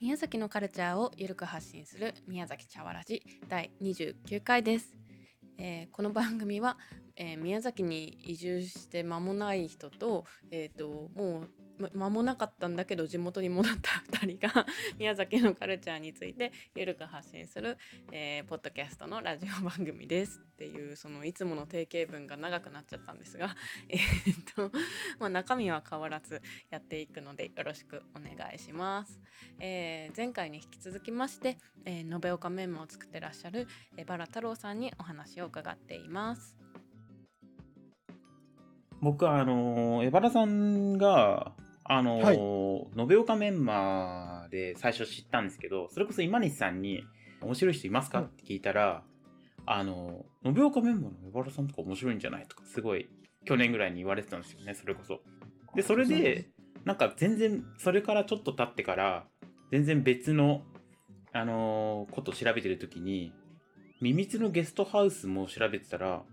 宮崎のカルチャーをゆるく発信する宮崎茶わらじ第29回です、えーこの番組は、えー宮崎に移住して間もない人と,、えー、ともうま間もなかったんだけど地元に戻った2人が 宮崎のカルチャーについてゆるく発信する、えーポッドキャストのラジオ番組ですっていうそのいつもの定型文が長くなっちゃったんですが、 えーとまあ、中身は変わらずやっていくのでよろしくお願いします。えー前回に引き続きまして、えー、延岡メンマを作ってらっしゃる、えー、バラ太郎さんにお話を伺っています。僕はあのー江原さんがあのー延岡メンマーで最初知ったんですけどそれこそ今西さんに「面白い人いますか?」って聞いたら「あのー延岡メンマーの江原さんとか面白いんじゃない?」とかすごい去年ぐらいに言われてたんですよねそれこそ。でそれでなんか全然それからちょっと経ってから全然別の、あのーことを調べてる時に「ミミツのゲストハウス」も調べてたら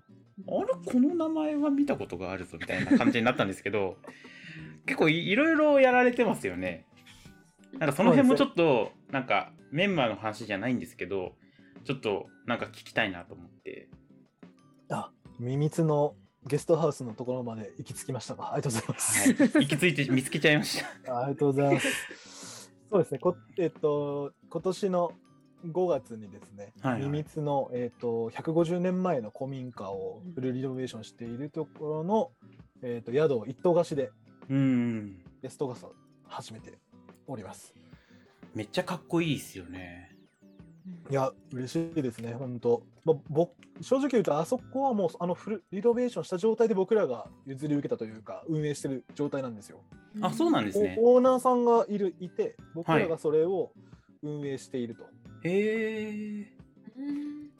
あれこの名前は見たことがあるぞみたいな感じになったんですけど 結構いいろいろやられてますよねなんかその辺もちょっとなんかメンバーの話じゃないんですけどちょっとなんか聞きたいなと思ってあ、ミミツのゲストハウスのところまで行き着きましたか。ありがとうございます。はい行き着いて見つけちゃいました ありがとうございます。 そうですね、こえっと、今年の5月にですね、はいはいミミツの、えっと、150年前の古民家をフルリノベーションしているところの、えっと、宿を一棟貸しでうんゲストガスを始めております。めっちゃかっこいいですよねいや、嬉しいですね、本当。まあ、僕正直言うと、あそこはもうあのフルリノベーションした状態で僕らが譲り受けたというか、運営してる状態なんですよ。あそうなんですねおオーナーさんがいるいて、僕はいらがそれを運営していると。へえ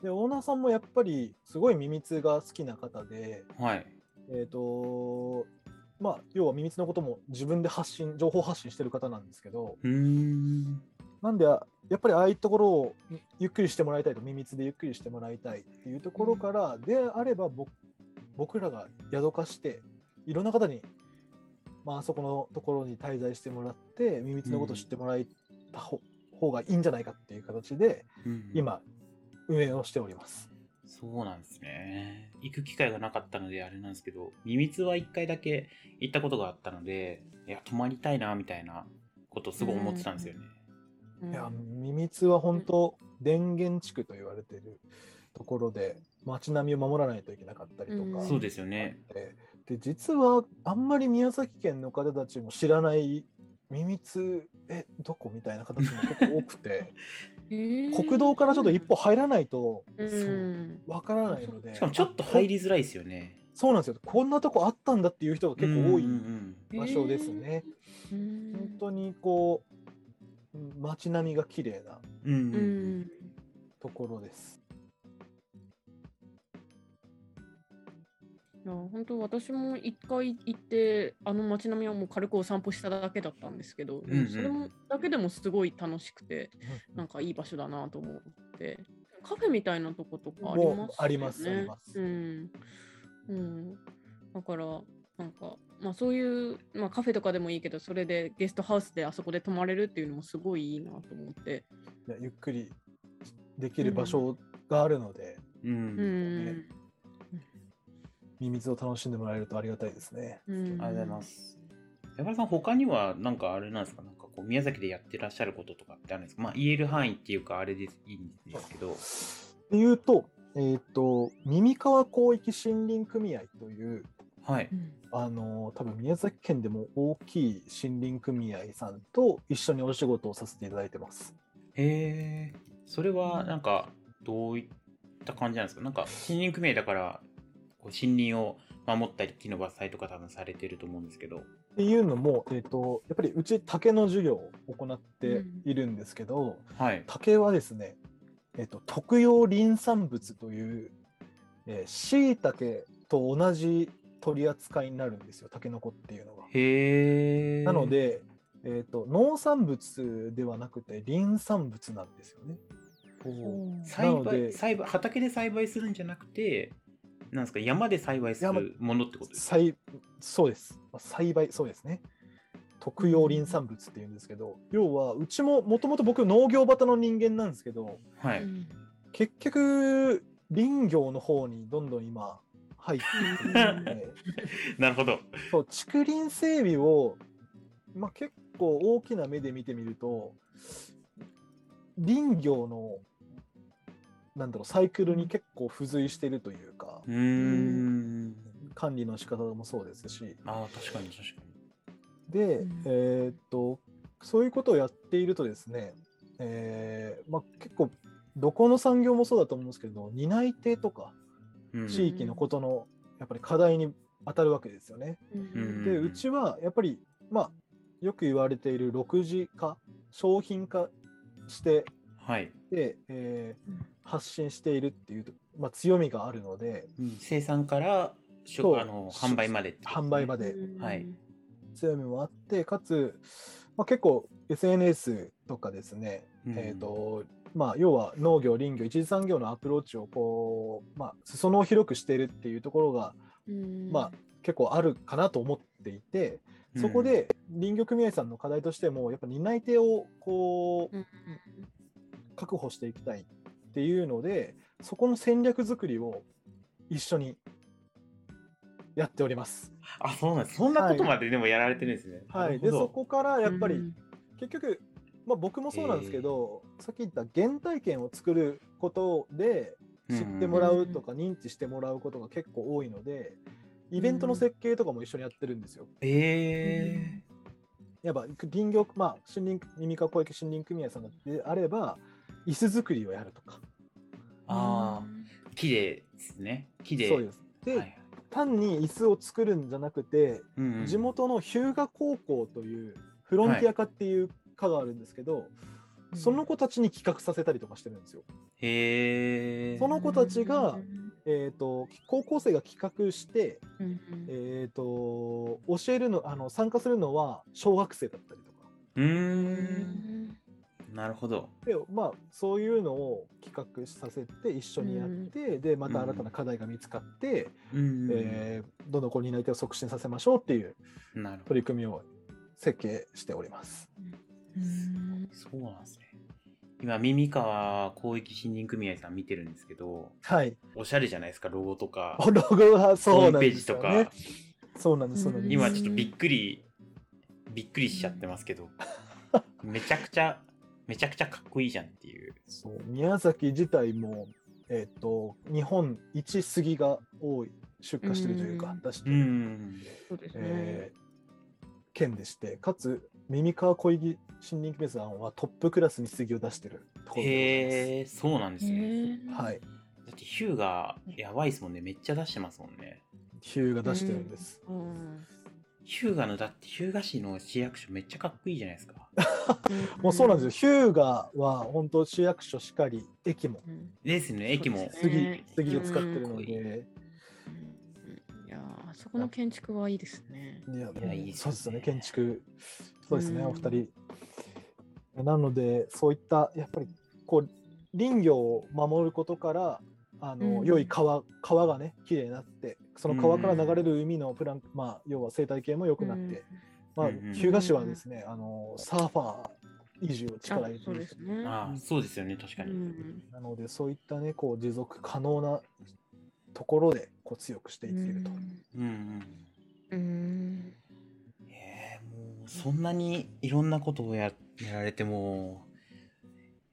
で、オーナーさんもやっぱりすごいミミツが好きな方で、はいえっ、と、まあ、要はミミツのことも自分で発信、情報発信してる方なんですけど、うーんなんで、あやっぱりああいうところをゆっくりしてもらいたいと、ミミツでゆっくりしてもらいたいっていうところから、であれば僕僕らが宿化して、いろんな方に、まああそこのところに滞在してもらって、ミミツのことを知ってもらえたほ方がいいんじゃないかっていう形で、うん今、運営をしております。そうなんですね。行く機会がなかったのであれなんですけど、ミミツは一回だけ行ったことがあったので、いや、泊まりたいな、みたいなことをすごい思ってたんですよね。うんいや、ミミツは本当、電源地区と言われてるところで、街並みを守らないといけなかったりとか。うんそうですよね。でで実はあんまり宮崎県の方たちも知らないミミツえどこみたいな形も結構多く て国道からちょっと一歩入らないとうんそうわからないのでしかもちょっと入りづらいですよね。そうなんですよこんなとこあったんだっていう人が結構多いうんうん場所ですね、うん本当にこう街並みが綺麗なうん。うんううんうんんところですいや本当私も一回行ってあの街並みをもう軽くお散歩しただけだったんですけど、うんうんそれもだけでもすごい楽しくてなんかいい場所だなと思ってカフェみたいなとことかありますよもねうありますありますうんうん、だからなんか、まあ、そういう、まあ、カフェとかでもいいけどそれでゲストハウスであそこで泊まれるっていうのもすごいいいなと思って、いやゆっくりできる場所があるので、う。うんんミミツを楽しんでもらえるとありがたいですねうん、ありがとうございます。山田さん、他には、なんかあれなんですかなんかこう、宮崎でやってらっしゃることとかってあるんですかまあ、言える範囲っていうか、あれでいいんですけど。で言うと、えーっ、と、耳川広域森林組合という、はい。あのー多分宮崎県でも大きい森林組合さんと一緒にお仕事をさせていただいてます。へえ、それはなんかどういった感じなんですかなんか森林組合だからこう森林を守ったり木の伐採とか多分されてると思うんですけど。っていうのも、えーっ、と、やっぱりうち竹の授業を行っているんですけど、はい。竹はですね、えーっ、と、特用林産物という、えー、椎茸と同じ取り扱いになるんですよ、竹のこっていうのが。へえ。なの。で、えー、と農産物ではなくて林産物なんですよね。な栽の培で栽培畑で栽培するんじゃなくてなんですか山で栽培す山るものってことですか栽そうですまあ栽培そうですね特用林産物っていうんですけど要はうちももともと僕農業型の人間なんですけどはういん結局林業の方にどんどん今入っていって るのでなるほどそう竹林整備を、まあ、結構大きな目で見てみると林業のなんだろうサイクルに結構付随してるというかうーん管理の仕方もそうですしあー確かに確かにで、うんえーっとそういうことをやっているとですね、えーまあ、結構どこの産業もそうだと思うんですけど担い手とかうん地域のことのやっぱり課題に当たるわけですよね。うんでうんうちはやっぱりまあよく言われている6次化商品化してはい、で、えーうん発信しているっていう、まあ、強みがあるのでうん生産からしそょうあの販売までってことですね販売までうんはい強みもあってかつ、まあ、結構 SNS とかですね、うんえーとまあ、要は農業林業一次産業のアプローチをこう、まあ、裾野を広くしているっていうところがうんまあ結構あるかなと思っていてそこで林業組合さんの課題としてもやっぱ担い手をこううん確保していきたいっていうのでそこの戦略作りを一緒にやっております。あそうなんですそんなことまででもやられてるんですね、はい、なでるほそどこからやっぱり、うん結局、まあ、僕もそうなんですけど、さっき言った原体験を作ることで知ってもらうとか認知してもらうことが結構多いので、イベントの設計とかも一緒にやってるんですよ。えやっぱ林業、まあ、森林耳か小池森林組合さんであれば椅子作りをやるとかー、ああ木でですね木でそうです。で、はい単に椅子を作るんじゃなくて、うんうん地元の日向高校というフロンティア科っていう科があるんですけど、うんその子たちに企画させたりとかしてるんですよ。へえその子たちがうんえー、と高校生が企画して、うんえー、と教えるのあの参加するのは小学生だったりとかううーんんなるほどで、まあ、そういうのを企画させて一緒にやって、でまた新たな課題が見つかって、うんえーどんどんこう担い手を促進させましょうっていうなるほど取り組みを設計しております。うんそうなんですね今耳川広域森林組合さん見てるんですけどはい、おしゃれじゃないですかロゴとかロゴはそホうなんームペでージすとよかね。そうなんですそうなんです今ちょっとびっくりびっくりしちゃってますけ どめちゃくちゃめちゃくちゃかっこいいじゃんっていうそう宮崎自体も、えー、と日本一杉が多い出荷してるというか、うん出してうる、んそうですねえー県でしてかつ耳川小池森林ベース案はトップクラスに杉を出してるところでへえそうなんですねございます。はい、だってヒューがやばいですもんねめっちゃ出してますもんねヒューが出してるんです。うんヒューガのだってヒューガ市の市役所めっちゃかっこいいじゃないですかもうそうなんですよ。ヒューガは本当市役所しかり駅もうんですね駅そうもですね杉杉を使ってるので、いやーあそこの建築はいいですね。いや、いやいいですねそうですよね、建築。そうですね、うんお二人。なので、そういった、やっぱり、こう、林業を守ることから、あの、うん良い川、川がね、綺麗になって、その川から流れる海のプラン、まあ、要は生態系も良くなって、まあうんうん、日向市はですね、あの、サーファー移住をあ力入れてそうるでんすね。ああそうですよね確かうに、んなので、そういったね、こう、持続可能なところで、こう、強くしていけると。うんうんうんえーもうそんなにいろんなことをややられても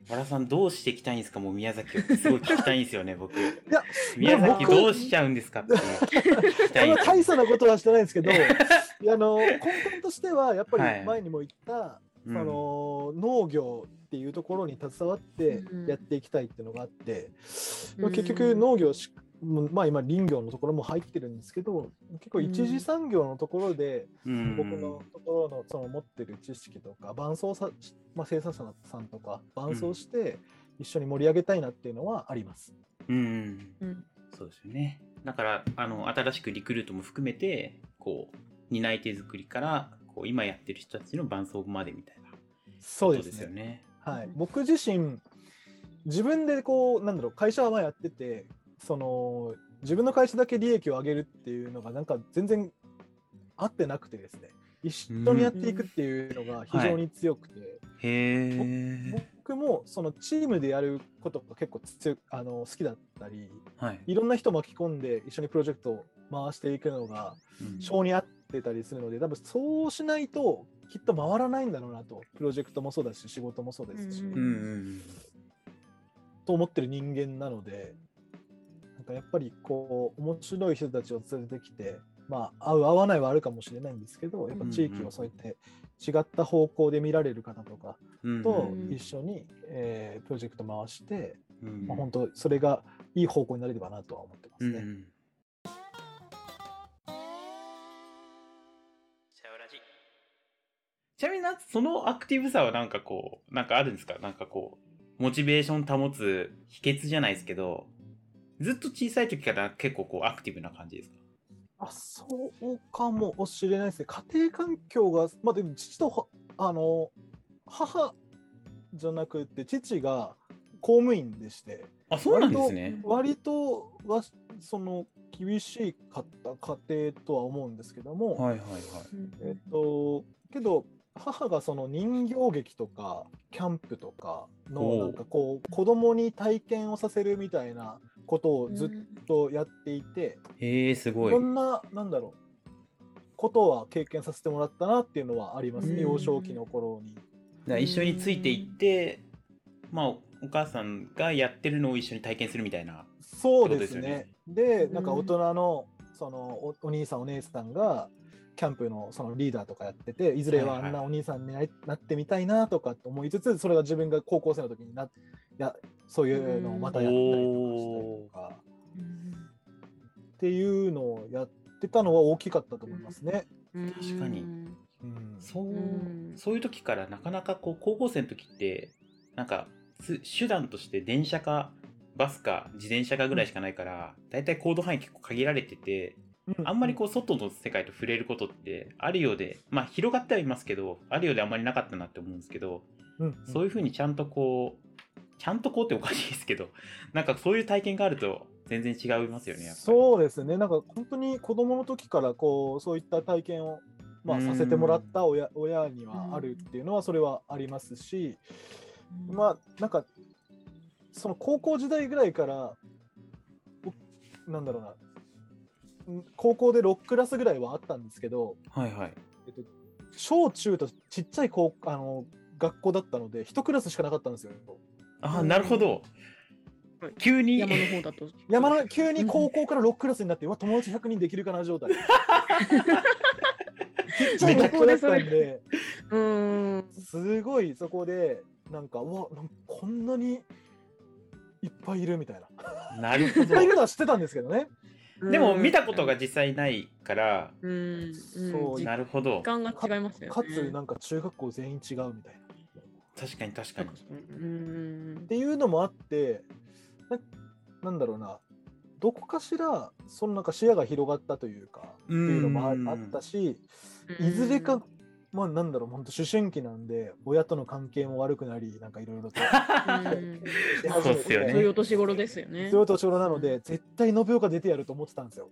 う原さんどうしていきたいんですかもう宮崎をすごい聞きたいんですよね 僕や宮崎僕どうしちゃうんですかっていうのを聞きたそいんな です大差なことはしてないんです けど、いやあの根本としてはやっぱはいり前にも言った、うんその農業っていうところに携わってうんやっていきたいっていうのがあって、うん結局農業しもうまあ今林業のところも入ってるんですけど結構一次産業のところでうん僕のところのその持ってる知識とか伴走さ、まあ、生産者さんとか伴走して一緒に盛り上げたいなっていうのはあります。うんうんそうですよねだからあの新しくリクルートも含めてこう担い手作りからこう今やってる人たちの伴奏までみたいなそうことでですすねよねはいうん、僕自身自分でこうなんだろう会社はまあやっててその自分の会社だけ利益を上げるっていうのがなんか全然合ってなくてですね一緒にやっていくっていうのが非常に強くて、へえ。僕もそのチームでやることが結構強くあの好きだったりはい。いろんな人巻き込んで一緒にプロジェクトを回していくのがうん性に合ってたりするので多分そうしないときっと回らないんだろうなとプロジェクトもそうだし仕事もそうですし、うんうんうんと思ってる人間なのでなんかやっぱりこう面白い人たちを連れてきてまあ合う合わないはあるかもしれないんですけどやっぱ地域をそうやって違った方向で見られる方とかうん。とうん一緒に、えープロジェクト回して、うんうんまあ、本当それがいい方向になれればなとは思ってまうすんうね。ん。ちなみにな、そのアクティブさはなんかこう、なんかあるんですかなんかこう、モチベーション保つ秘訣じゃないですけど、ずっと小さい時から結構こうアクティブな感じですかあそうかもしれないですね。家庭環境が、まあ、でも父とはあの母じゃなくて父が公務員でしてあ、そうなんですね。割とはその厳しかった家庭とは思うんですけども、はいはいはい。えっとけど母がその人形劇とかキャンプとかおのうなんかこう子供に体験をさせるみたいなことをずっとやっていて、へえ、すいごい。ろんななんだろうことは経験させてもらったなっていうのはありますね、うん幼少期の頃に。だから一緒についていって、まあ、お母さんがやってるのを一緒に体験するみたいな。そうですってね。よねでなんかうん大人のそのおお兄さんお姉さんがキャンプのそのリーダーとかやってていずれはあんなお兄さんになりなってみたいなとかと思いつつそれが自分が高校生の時になやそういうのをまたやったりとかしたりとかっていうのをやってたのは大きかったと思いますね。確かにうんそう、うんそういう時からなかなかこう、高校生の時って、なんか、つ手段として電車か、バスか、自転車かぐらいしかないから、だいたい行動範囲結構限られてて、あんまりこう、外の世界と触れることってあるようで、まあ、広がってはいますけど、あるようであんまりなかったなって思うんですけど、うん、うんそういうふうにちゃんとこう、ちゃんとこうっておかしいですけど、 なんかそういう体験があると全然違いますよね、やっぱり。そうですね、なんか本当に子供の時からこうそういった体験を、まうあ、んさせてもらった親親にうんはあるっていうのはそれはありますし、まあなんかその高校時代ぐらいからおなんだろうなん高校で6クラスぐらいはあったんですけどはいはい。小中とちっちゃい高あの学校だったので1クラスしかなかったんですよ。あうあ、んなるほど。急に。山の方だと山の急に高校から6クラスになって、うわ友達100人できるかな状 態。ちっちゃい学校だったんで。うんすごいそこでなんかうわなんかこんなにいっぱいいるみたいな。いっ なるほどぱいい。るのは知ってたんですけどね。でも見たことが実際ないから、うんそう時なるほど。間がか違いますよねかつなんか中学校全員違うみたいな。っ確かに確かに。うんていうのもあってななんだろうなどこかしらそのなんか視野が広がったというかっていうのもあうんあったしいずれかまあなんだろう本当思春期なんで親との関係も悪くなりなんかいろいろと。うんし始そうめっすよねそういうお年頃ですよねそういう年頃なので絶対延岡出てやると思ってたんですよ。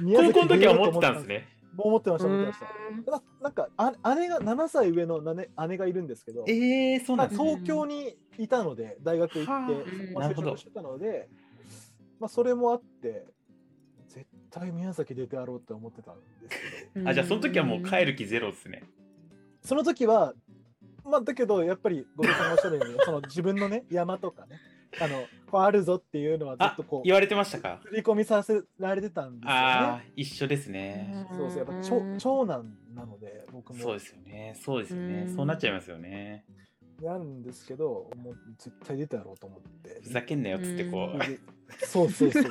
宮高崎校の時は出よ思うってとたんですね。もう思ってました、うん思ってました。ななんかあ、姉が7歳上の姉姉がいるんですけど、ええー、そうなまあんですね。東京にいたので、大学行はあって、うんまなあ、るほ就ど職してたので、まあ、それもあって、絶対宮崎出てやろうって思ってたんですけど、あ、じゃあその時はもう帰る気ゼロですね。その時は、まあ、だけど、やっぱり、ごめんさんがおっしゃるように、その自分のね、山とかね、あの、こうあるぞっていうのは、ずっあとこ、う、言われてましたか振り込みさせられてたんですよあね。あ、一緒ですね。そうそう、やっぱ長長男なので、僕も。そうですよね。そうですようね。んそうなっちゃいますよね。なんですけど、もう絶対出たやろうと思って。ふざけんなよっつってこう。いでそうそうそう。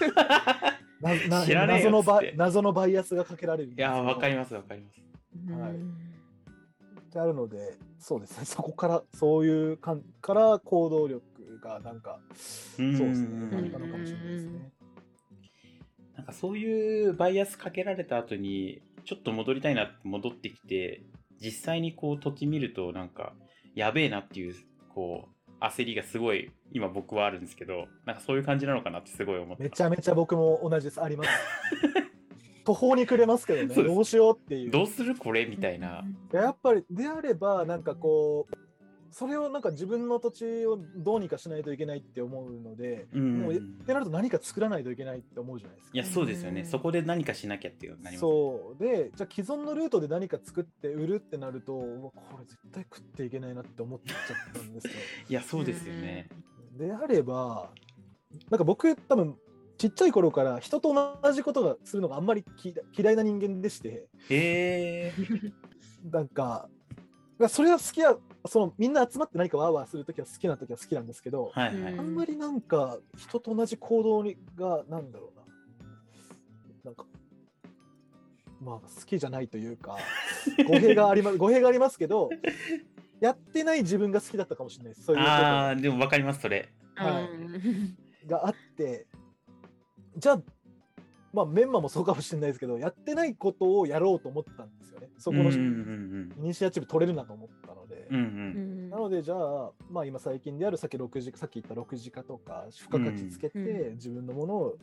なな知らねえよ謎っのつっばて謎のバイアスがかけられるんですけど。やー、わかりますわかります。はいいってあるので、そうですね。そこからそういうかんから行動力がなんか、そううんですね。あったのかもしれないですね。なんかそういうバイアスかけられた後に、ちょっと戻りたいなって戻ってきて、実際にこう土地見るとなんか、やべえなっていう、こう、焦りがすごい今僕はあるんですけどなんかそういう感じなのかなってすごい思ってめちゃめちゃ僕も同じです あります途方に暮れますけどねそうですどうしようっていうどうするこれみたいな。やっぱりであればなんかこうそれをなんか自分の土地をどうにかしないといけないって思うので、うんもうってなると何か作らないといけないって思うじゃないですい。かやそうですよね、うんそこで何かしなきゃっていうようになりますそうでじゃあ既存のルートで何か作って売るってなるとうわこれ絶対食っていけないなって思っちゃったんですよいやそうですよね、であればなんか僕多分ちっちゃい頃から人と同じことがするのがあんまりき嫌いな人間でしてえー、なんかそれは好きやそのみんな集まって何かワーワーするときは好きなときは好きなんですけど、はいはい、うあんまりなんか人と同じ行動にがなんだろうななんかまあ好きじゃないとい うか語弊があります語弊がありますけどやってない自分が好きだったかもしれないですそういうことがああでも分かりますそれはいうんがあってじゃあまあメンマもそうかもしれないですけどやってないことをやろうと思ったんですよねそこうのんイうんニシアチブ取れるなと思ったので。うんうんうんなのでじゃあ、まあ、今最近であるさっき6時さっき言った6時化とか付加価値つけてうん自分のものを、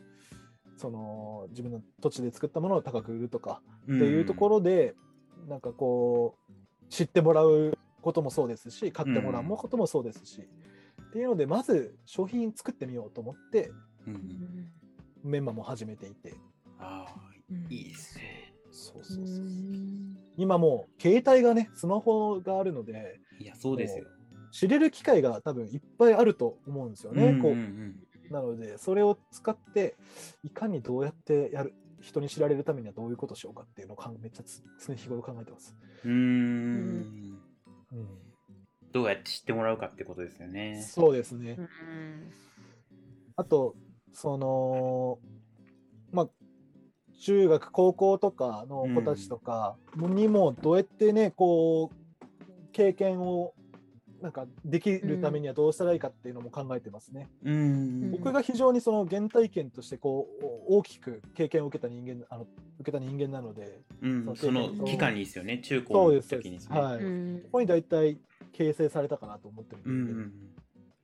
その自分の土地で作ったものを高く売るとかうんっていうところで、なんかこう知ってもらうこともそうですし買ってもらうこともそうですし、っていうのでまず商品作ってみようと思ってうんううんんメンマも始めていてああいいですねそううそうそう、ん今もう携帯がねスマホがあるのでいやそうですよ知れる機会が多分いっぱいあると思うんですよね。うんうんこううんなので、それを使って、いかにどうやってやる、人に知られるためにはどういうことをしようかっていうのを考えめっちゃつ常日頃考えてます。うーんうん、どうやって知ってもらうかってことですよねそうですねう。んあと、その、まあ、中学、高校とかの子たちとかにも、どうやってね、こう、経験を、なんかできるためにはどうしたらいいかっていうのも考えてますね。うーん僕が非常にその原体験としてこうお大きく経験を受けた人間あの受けた人間なのでうんその期間にですよね中そ高うのですそう時にでですす、ねはいうんうんここに大体形成されたかなと思ってるうんので、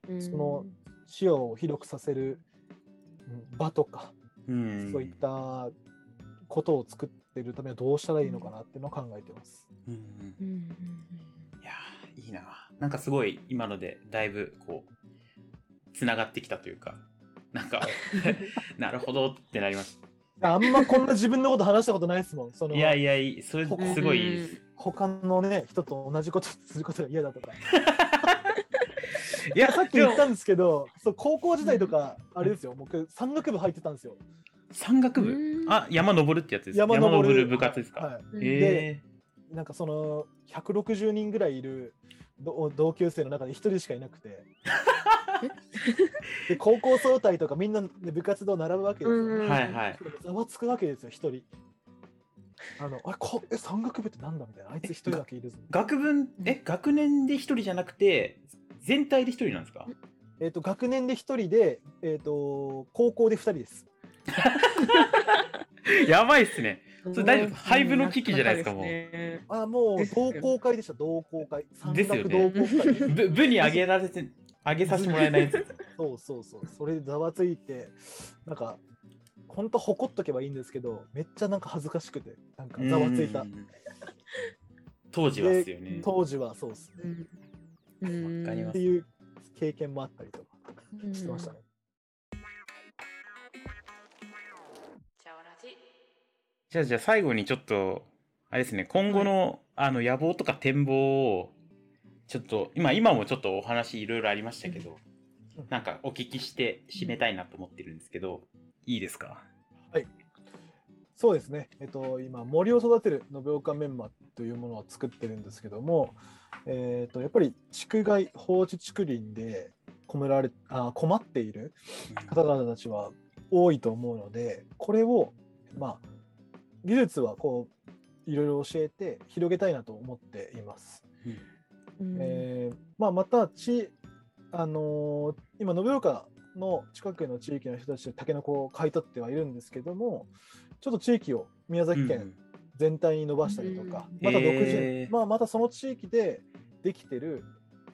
うんその視野を広くさせるうん場とか、うんうんそういったことを作ってるためにはどうしたらいいのかなっていうのを考えてます。うんうんうんうんいやーいいななんかすごい今のでだいぶこうつながってきたというかなんか なるほどってなりましあんまこんな自分のこと話したことないですもん。そた のいやいやいいそれすここごいいいです他のね人と同じことすることが嫌だとか。いやさっきで言もったんですけど、そう高校時代とかあれですよ。僕山岳部入ってたんですよ。山岳部うんあ山登るってやつですか登る部活ですか、はいうんえなんかその160人ぐらいいるど同級生の中で一人しかいなくてで高校総体とかみんなで部活動を習うわけですよ、うんー、はいはいざわつくわけですよ一人あのあれこえ山岳部ってなんだみたいなあいつ一人だけいるぞ学分え学年で一人じゃなくて全体で一人なんですかえっ、と学年で一人でえっ、と高校で二人です やばいっすねそれ大丈夫うん廃部の危機じゃないですかもうねあもう同好会でした同好会山ですよ岳ね同好会、部部にあげられてあげさせてもらえないやつそうそうそう、それでざわついて、なんか、ほんと誇っとけばいいんですけど、めっちゃなんか恥ずかしくて、なんか ざわついたう。ん当時はっすよねで当時はそうですね。うんわかりまってすいう経験もあったりとかうんしてましたね。チャワラジじゃあ、じゃあ最後にちょっと、あれですね、今後の、あの、野望とか展望を、ちょっと、今、今もちょっとお話いろいろありましたけど、うんなんかお聞きして締めたいなと思ってるんですけど、いいですかそうですね、えっと、今、森を育てる延岡メンマというものを作ってるんですけども、えっとやっぱり畜害、放置竹林で困られあ困っている方々たちは多いと思うのでこれをまあ技術はこういろいろ教えて広げたいなと思っています。えーまあ、またち、あのー今延岡の近くの地域の人たちでタケノコを買い取ってはいるんですけどもちょっと地域を宮崎県全体に伸ばしたりとか、うんまた独自、へーまあ、またその地域でできてる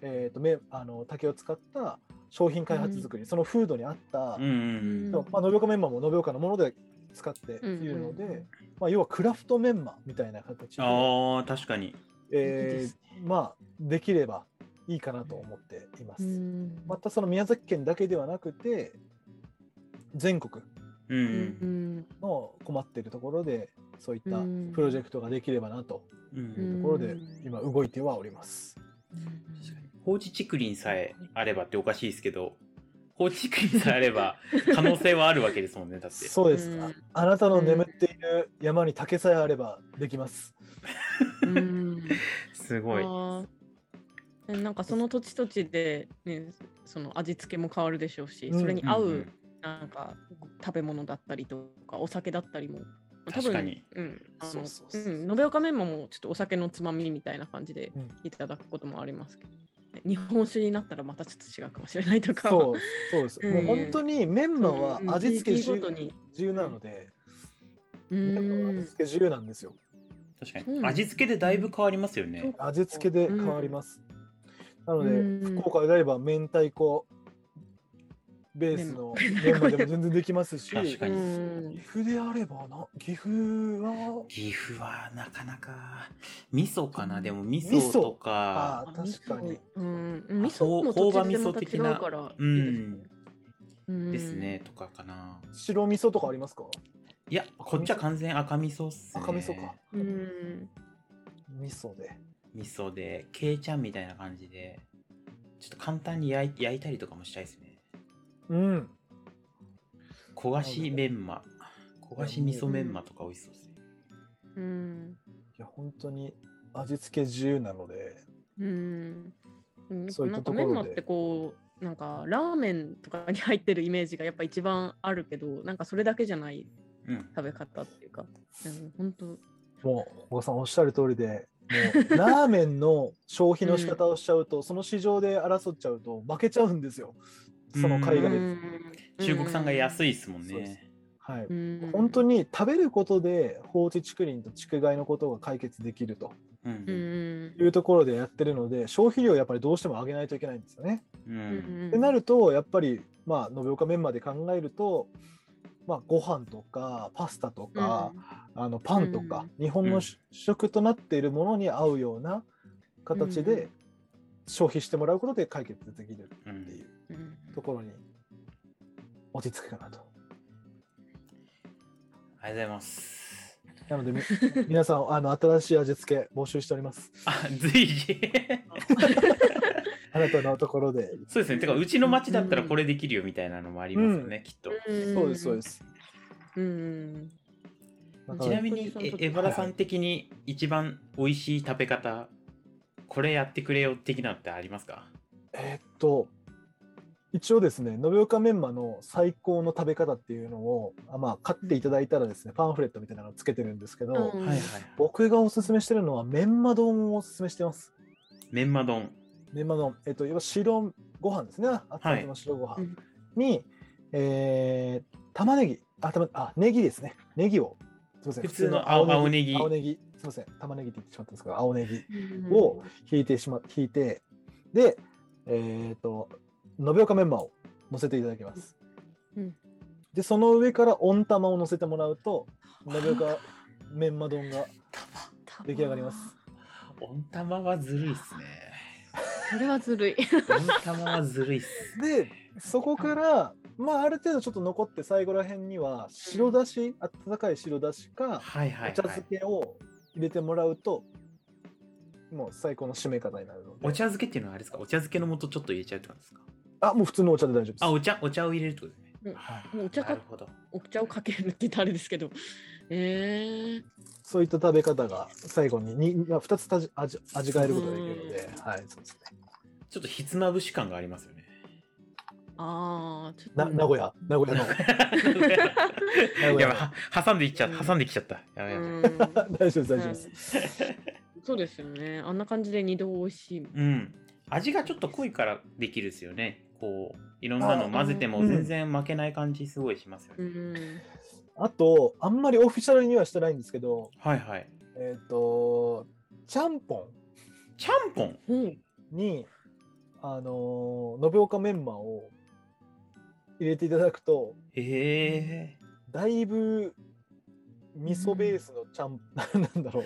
えー、とめあの竹を使った商品開発作り、その風土に合った、うんうんんそうまあ、延岡メンマも延岡のもので使っているので、うんうんまあ、要はクラフトメンマみたいな形で、ああ、確かいに。いえでーすまあ、できればいいかなと思っています。うんまたその宮崎県だけではなくて全国うんううんんの困っているところでそういったうんプロジェクトができればなとううんんところで今動いてはおります。確かに放置竹林さえあればっておかしいですけど、放置竹林さえあ れば可能性はあるわけですもんね、だって。そうですか、うんあなたの眠っている山に竹さえあればできます。うんすごい。あーなんかその土地土地で、ね、その味付けも変わるでしょうし、うんそれに合んうんなんか食べ物だったりとかお酒だったりも確かに、うん、あのそうそうそうそううん、延岡メンマもちょっとお酒のつまみみたいな感じでうんいただくこともありますけど、日本酒になったらまたちょっと違うかもしれないとかそうそうです、うんもう本当にメンマはうん味付け地域自ごとに由なので、 うメンマはん味付け自由なんですよ。確かそうなんに。だ味付けでだいぶ変わりますよね。味付けで変わります。なので、うん福岡であれば明太子ベースのメンマでも全然できますし、確かうにん岐阜であればな、岐阜は、岐阜はなかなか、味噌かな、でも味味噌噌とかあ、あ確かに。うん、味噌も途中でまた違うからいういですねん、うんですね、とかかな。白味噌とかありますかいや、こっちは完全赤味噌っすね。赤味噌か。。うん味噌で。味噌で、けいちゃんみたいな感じで、ちょっと簡単に焼い焼いたりとかもしたいですね。うん。焦がしメンマ。焦がし味噌メンマとか美味しそうですね。うんいや、本当に味付け自由なので。うんうんそういっなたんかとメンころでマってこうなんかラーメンとかに入ってるイメージがやっぱ一番あるけどなんかそれだけじゃないうん。食べ方っていうか、うん、本当もう、お子さんおっしゃる通 りで、もうラーメンの消費の仕方をしちゃうと、その市場で争っちゃうと負けちゃうんですよ。その海う外で。ん中国産が安いですもんそうですね。はい。うん本当に食べることで放置竹林と竹害のことが解決できるとう。うんんいうところでやってるので消費量をやっぱりどうしても上げないといけないんですよね。うん。う。うんんってなるとやっぱりまあ延岡メンマで考えると、まあ、ご飯とかパスタとか、あのパンとか、日本の主食となっているものに合うような形うで消費してもらうことで解決できるうっていんううんところに落ち着くかなと。ありがとうございます。なのでみ 皆さんあの新しい味付け募集しております。あ、随時。あなたのところで。 そうですね。てか、うちの町だったらこれできるよみたいなのもありますよね、きっと。うんそうです、そうです。うんだかちらなみに、えエバラさん的に一番美味しい食べ方、これやってくれよ的なのってありますかえーっと、一応ですね、延岡メンマの最高の食べ方っていうのを、あまあ、買っていただいたらですね、パンフレットみたいなのをつけてるんですけど、うんはいはい僕がおすすめしてるのは、メンマ丼をおすすめしてます。メンマ丼。メンマ丼、えっと、いわゆる白ご飯ですね、熱々の白ご飯うんに、えー玉ねぎ、あ、玉あ、ネギですね、ネギを、すみません、普通の青青青ネギ、すみません、玉ねぎって言ってしまったんですけど、青ネギ。うんを引いてしま引いてでえっ、と延岡メンマを乗せていただきます、うんでその上から温玉を乗せてもらうと延岡メンマ丼が出来上がります温玉はずるいっすね。 それはずるい温玉はずるいっす。でそこからまあある程度ちょっと残って最後ら辺には白だし温かい白だしかはいはい、おはい。茶漬けを入れてもらうと、もう最高の締め方になるのでお茶漬けっていうのはあれですかお茶漬けの素ちょっと入れちゃうってことですかあもう普通のお茶で大丈夫ですあ、お茶、お茶を入れるってことですね。はいもうお茶なかるほど。お茶をかけるって言ったらあれですけどえーそういった食べ方が最後ににまあ2つ味味味変えることができるので、はい、そうですね。ちょっとひつまぶし感がありますよ ね。ああちょっなと名古屋、名古屋 の。やばいは挟んでいっちゃった。挟んできちゃった。やばいやばい。うん大丈夫です、大丈夫です。そうですよねあんな感じで二度美味しいうん。味がちょっと濃いからできるですよね。こう、いろんなの混ぜても全然負けない感じすごいしますようね。んあと、あんまりオフィシャルにはしてないんですけど、はいはい。えっ、と、ちゃんぽちゃんぽんほう、んに、あのー延岡メンマを入れていただくとえ だいぶ味噌ベースのちゃん、 なんだろうう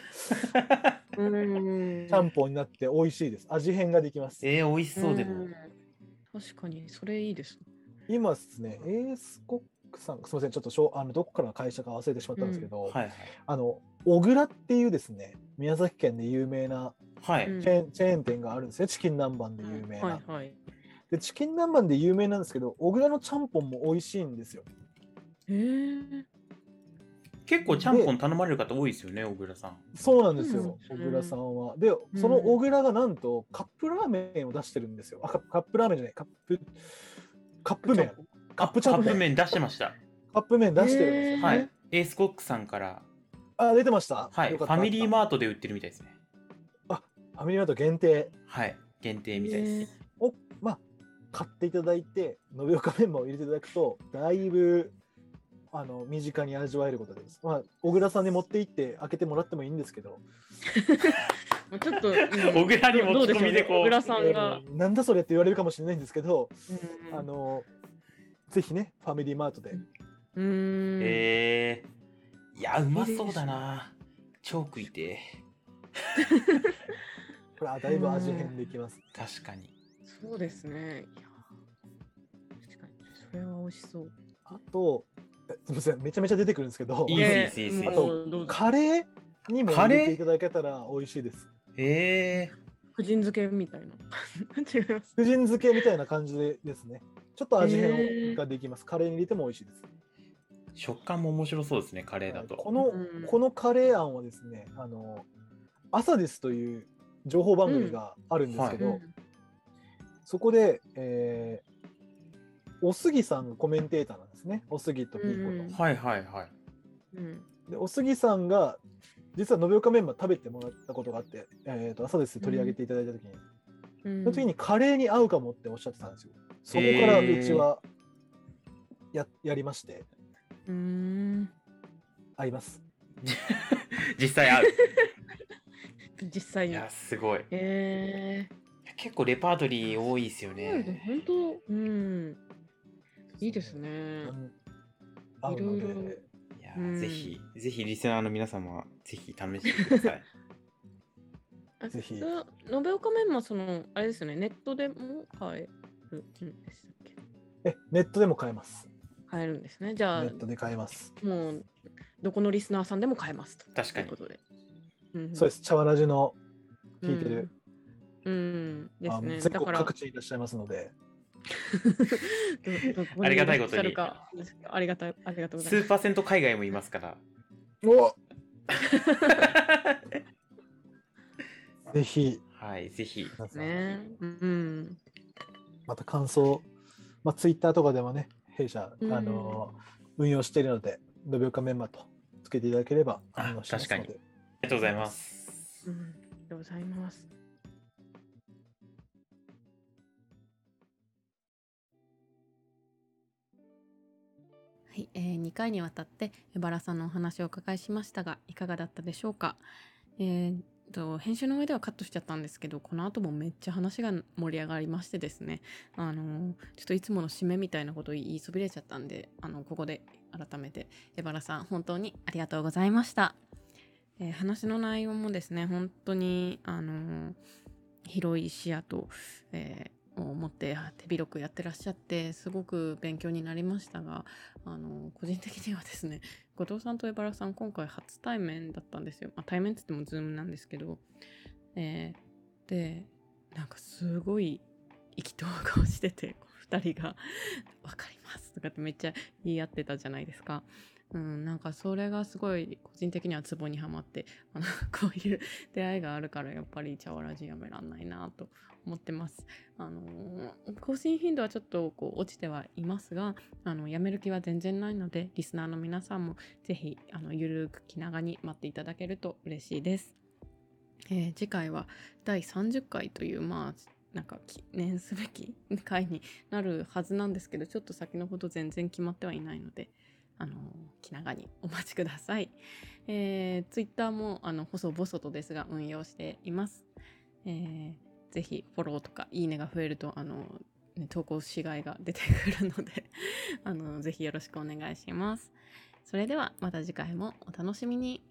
ーんちゃんぽんになって美味しいです味変ができますえええ美味しそうでうもん。確かに、それいいですね。今ですねエースコックさんすみませんちょっとしょうあのどこからの会社か忘れてしまったんですけど、はいはい。あの小倉っていうですね宮崎県で有名なはい。うんチェーン,、チェーン店があるんですねチキン南蛮で有名な、はいはい。でチキン南蛮で有名なんですけど小倉のちゃんぽんも美味しいんですよえー、結構ちゃんぽん頼まれる方多いですよね、小倉さん。そうなんですうんよ、小倉さんは。で、その小倉がなんとカップラーメンを出してるんですよ。あカップカップラーメンじゃない、カップ、カップ麺、カップちゃんカぽップん、麺出してました。カップ麺出してるんですよ、へーねはい。エースコックさんから、あ、出てました。はい。フよかったァミリーマートで売ってるみたいですね。ファミリーマート限定はい。限定みたいですね。を、まあ、買っていただいて、延岡メンマを入れていただくと、だいぶ、あの身近に味わえることができます。まあ、小倉さんに持って行って開けてもらってもいいんですけど、まあちょっ と、今小倉に持ち込みでこどうしょうね小う。倉さんが、えーなんだそれって言われるかもしれないんですけど、うんあのぜひね、ファミリーマートでうーん、ええいや、うまそうだな。超食いてえ。これはだいぶ味変できます。確かに。そうですね。いや確かに、それは美味しそう。あと、えすみません、めちゃめちゃ出てくるんですけど、いいでねすいいですいいですもうどうぞカレーにもカ入レーれていただけたら美味しいです。ええ福神漬けみたいな。 違います。福神漬けみたいな感じでですね、ちょっと味へ変ーができます。カレーに入れても美味しいです。食感も面白そうですね、カレーだはいと。このうんこのカレー案はですね、あの朝ですという情報番組があるんですけど、うんそこで、えーおすぎさんがコメンテーターなんですね、おすぎとピーコうんの。はいはいはい。うんでおすぎさんが実は延岡メンマ食べてもらったことがあって、えー、と朝です取り上げていただいた時に、うんその時にカレーに合うかもっておっしゃってたんですよそこからうちはや,、やりましてうーん合います実 際合う。実際いにや、すごい。え結構レパートリー多いですよえー、ね。本当うんいいですねうん合うのいろいろでいやうんー、ぜひ、ぜひリスナーの皆様、ぜひ試してく ださい。あぜひそれ延岡メンマそのあれですよねネットでも買えるんでしたっけえネットでも買えます買えるんですねじネゃあットで買えますもうどこのリスナーさんでも買えますと確かにということで、うんそうですす茶わらじの聞いてる、うん、うんですあのね全だ国から各地にいらっしゃいますのでどどこにありがたいことらっしゃにるかありがたいありがとうござい数ますパーセント海外もいま すから。おぜひはい、ぜひ。皆さんねうんまた感想、まあ、ツイッターとかでもね、弊社、うんあの運用しているので、延岡メンマとつけていただければ、あ運用しますの確でかありがとうございます。うん、ありがとうございます。はい、えー、2回にわたって江原さんのお話をお伺いしましたがいかがだったでしょうか、えー、と編集の上ではカットしちゃったんですけどこの後もめっちゃ話が盛り上がりましてですねあのーちょっといつもの締めみたいなことを言いそびれちゃったんであのここで改めて江原さん本当にありがとうございました。えー話の内容もですね本当にあのー広い視野と、えーを持って手広くやってらっしゃってすごく勉強になりましたがあのー個人的にはですね後藤さんと江原さん今回初対面だったんですよ、まあ、対面って言ってもズームなんですけど、えーでなんかすごい意気投合しててこの2人が 「分かります」とかってめっちゃ言い合ってたじゃないですか。うん、なんかそれがすごい個人的にはツボにはまってあの こういう出会いがあるからやっぱり茶わらじやめらんないなと思ってます。あのー更新頻度はちょっとこう落ちてはいますがあのやめる気は全然ないのでリスナーの皆さんもぜひあのゆるく気長に待っていただけると嬉しいです。えー次回は第30回というまあなんか記念すべき回になるはずなんですけどちょっと先のこと全然決まってはいないのであの気長にお待ちください。えー、Twitter もあの細々とですが運用しています。えーぜひフォローとかいいねが増えるとあの、ね、投稿しがいが出てくるので あのぜひよろしくお願いします。それではまた次回もお楽しみに。